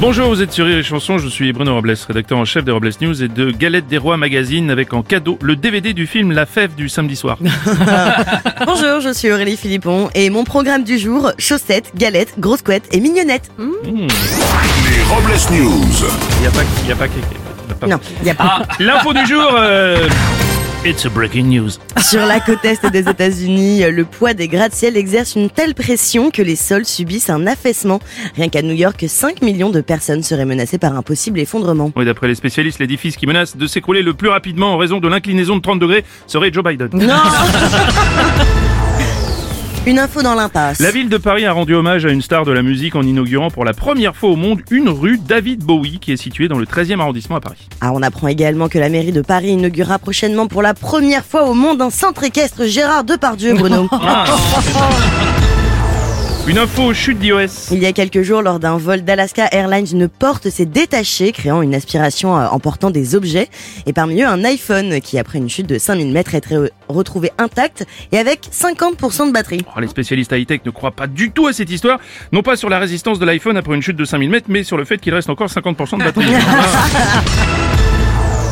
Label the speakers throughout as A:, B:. A: Bonjour, vous êtes sur Rire et Chanson, je suis Bruno Robles, rédacteur en chef des Robles News et de Galette des Rois Magazine avec en cadeau le DVD du film La Fève du samedi soir.
B: Bonjour, je suis Aurélie Philippon et mon programme du jour, chaussettes, galettes, grosses couettes et mignonnettes. Hmm
C: Les Robles News.
A: Il n'y a pas... Il y a pas, il y a pas-
B: non, il n'y a pas.
A: Ah, l'info du jour... euh, It's a breaking news.
B: Sur la côte est des États-Unis, le poids des gratte-ciel exerce une telle pression que les sols subissent un affaissement. Rien qu'à New York, 5 millions de personnes seraient menacées par un possible effondrement.
A: Oui, d'après les spécialistes, l'édifice qui menace de s'écrouler le plus rapidement en raison de l'inclinaison de 30 degrés serait Joe Biden.
B: Une info dans l'impasse.
A: La ville de Paris a rendu hommage à une star de la musique en inaugurant pour la première fois au monde une rue David Bowie qui est située dans le 13e arrondissement à Paris.
B: Ah, on apprend également que la mairie de Paris inaugurera prochainement pour la première fois au monde un centre équestre Gérard Depardieu, Bruno.
A: Ah. Une info chute d'iOS.
B: Il y a quelques jours, lors d'un vol d'Alaska Airlines, une porte s'est détachée, créant une aspiration euh, emportant des objets, et parmi eux un iPhone qui, après une chute de 5000 mètres, est re- retrouvé intact et avec 50% de batterie.
A: Oh, les spécialistes high-tech ne croient pas du tout à cette histoire, non pas sur la résistance de l'iPhone après une chute de 5000 mètres, mais sur le fait qu'il reste encore 50% de batterie.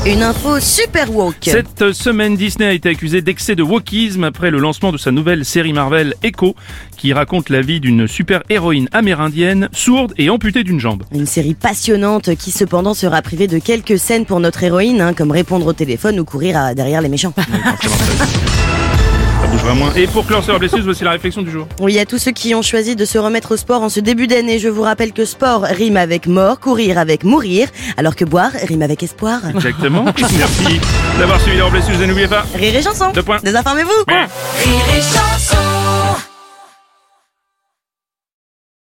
B: Une info super woke.
A: Cette semaine, Disney a été accusé d'excès de wokisme après le lancement de sa nouvelle série Marvel Echo, qui raconte la vie d'une super-héroïne amérindienne, sourde et amputée d'une jambe.
B: Une série passionnante qui cependant sera privée de quelques scènes pour notre héroïne, hein, comme répondre au téléphone ou courir à- derrière les méchants.
A: Ça bougera moins. Et pour clore sur la blessure, voici la réflexion du jour.
B: Oui, à tous ceux qui ont choisi de se remettre au sport en ce début d'année, je vous rappelle que sport rime avec mort, courir avec mourir, alors que boire rime avec espoir.
A: Exactement. Merci d'avoir suivi les blessure et n'oubliez pas,
B: Rire et chanson.
A: Deux points.
B: Désinformez-vous.
A: Point.
B: Rire et chanson.